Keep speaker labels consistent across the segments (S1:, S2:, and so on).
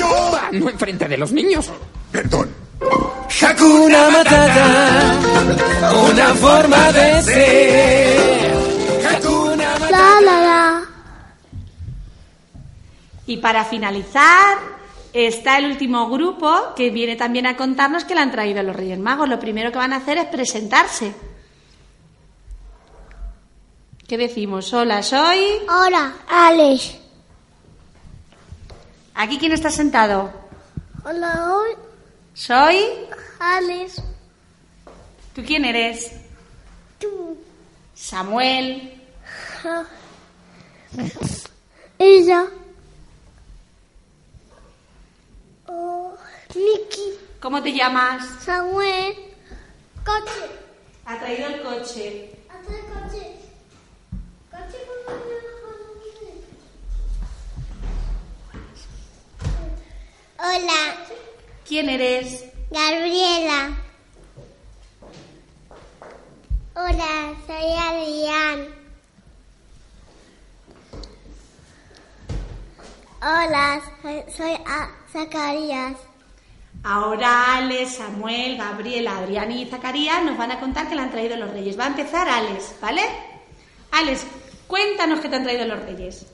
S1: No enfrente de los niños.
S2: Perdón.
S3: Hakuna Matata, una forma de ser. Hakuna Matata.
S4: La la la.
S5: Y para finalizar, está el último grupo que viene también a contarnos que le han traído los Reyes Magos. Lo primero que van a hacer es presentarse. ¿Qué decimos? Hola, soy.
S4: Hola, Alex.
S5: ¿Aquí quién está sentado?
S4: Hola, hoy,
S5: Soy.
S4: Alex.
S5: ¿Tú quién eres?
S4: Tú.
S5: Samuel.
S4: Ja. Ella. Oh, Nicky.
S5: ¿Cómo te llamas?
S4: Samuel. Coche.
S5: Ha traído el coche.
S4: Hasta el coche. Coche por Hola,
S5: ¿Quién eres?
S4: Gabriela. Hola, soy Adrián. Hola, soy, soy A- Zacarías.
S5: Ahora Alex, Samuel, Gabriela, Adrián y Zacarías nos van a contar que le han traído los Reyes. Va a empezar Alex, ¿vale? Alex, cuéntanos qué te han traído los Reyes.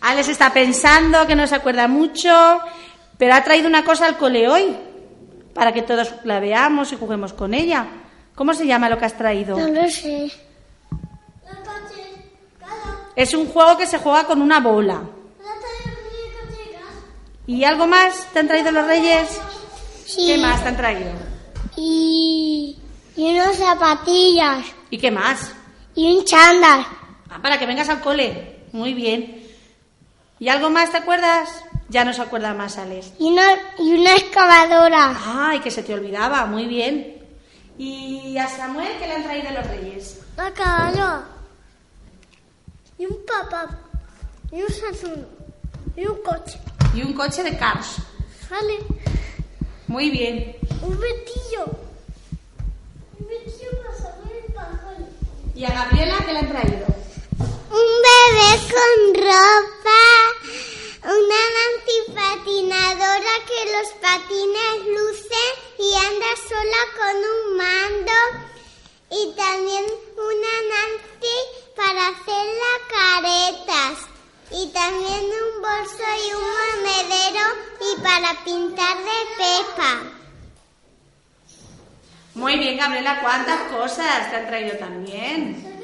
S5: Alex está pensando que no se acuerda mucho, pero ha traído una cosa al cole hoy, para que todos la veamos y juguemos con ella. ¿Cómo se llama lo que has traído?
S4: No lo sé.
S5: Es un juego que se juega con una bola. ¿Y algo más te han traído los Reyes?
S4: Sí.
S5: ¿Qué más te han traído?
S4: Y, y unas zapatillas.
S5: ¿Y qué más?
S4: Y un chándal.
S5: Ah, para que vengas al cole. Muy bien. ¿Y algo más te acuerdas? Ya no se acuerda más, Alex.
S4: Y una, y una excavadora.
S5: Ay, que se te olvidaba. Muy bien. ¿Y a Samuel qué le han traído los Reyes?
S4: Una caballo. Y un papá. Y un Samsung. Y un coche.
S5: Y un coche de Cars.
S4: Vale.
S5: Muy bien.
S4: Un vetillo. Un vetillo para salir el pajón.
S5: ¿Y a Gabriela qué le han traído?
S4: Un bebé con ropa, una antipatinadora que los patines lucen y anda sola con un mando y también una nanti para hacer las caretas y también un bolso y un monedero y para pintar de pepa.
S5: Muy bien, Gabriela, ¿cuántas cosas te han traído también?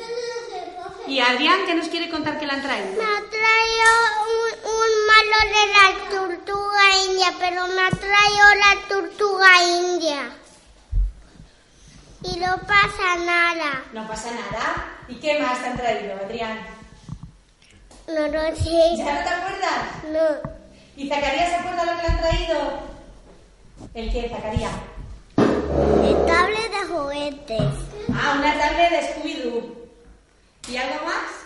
S5: ¿Y Adrián qué nos quiere contar que le han traído?
S4: Me ha traído un, un malo de la tortuga india, pero me ha traído la tortuga india. Y no pasa nada.
S5: No pasa nada. ¿Y qué más te han traído, Adrián?
S4: No lo sé.
S5: ¿Ya no te acuerdas?
S4: No.
S5: ¿Y Zacarías se acuerda lo que le han traído? ¿El qué, Zacarías?
S4: El tablet de juguetes.
S5: Ah, una tarde de Scooby-Doo. ¿Y algo más?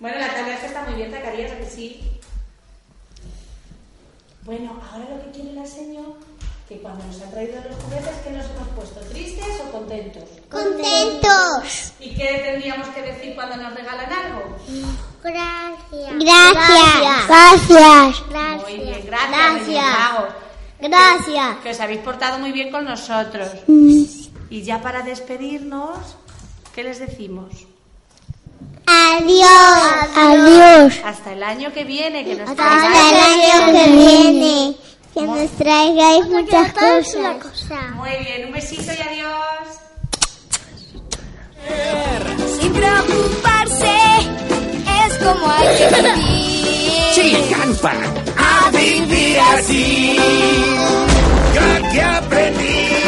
S5: Bueno, la tarde esta está muy bien, Zacarías, ¿a que sí. Bueno, ahora lo que quiere la señora, que cuando nos ha traído los juguetes, ¿qué nos hemos puesto? ¿Tristes o contentos?
S4: ¡Contentos!
S5: ¿Y qué tendríamos que decir cuando nos regalan algo?
S4: Gracias. Gracias. Gracias. Gracias.
S5: Muy bien, gracias, Reyes Magos,
S4: Gracias.
S5: que os habéis portado muy bien con nosotros. Y ya para despedirnos, ¿qué les decimos?
S4: Adiós. Adiós.
S5: Hasta el año que viene, que nos
S4: Hasta
S5: traigáis-
S4: el año que viene. Que nos traigáis muchas cosas.
S5: Muy bien, un besito y adiós.
S6: Sin preocuparse, es como hay que vivir.
S1: Sí, encanta.
S3: A vivir así.
S2: Ya que aprendí.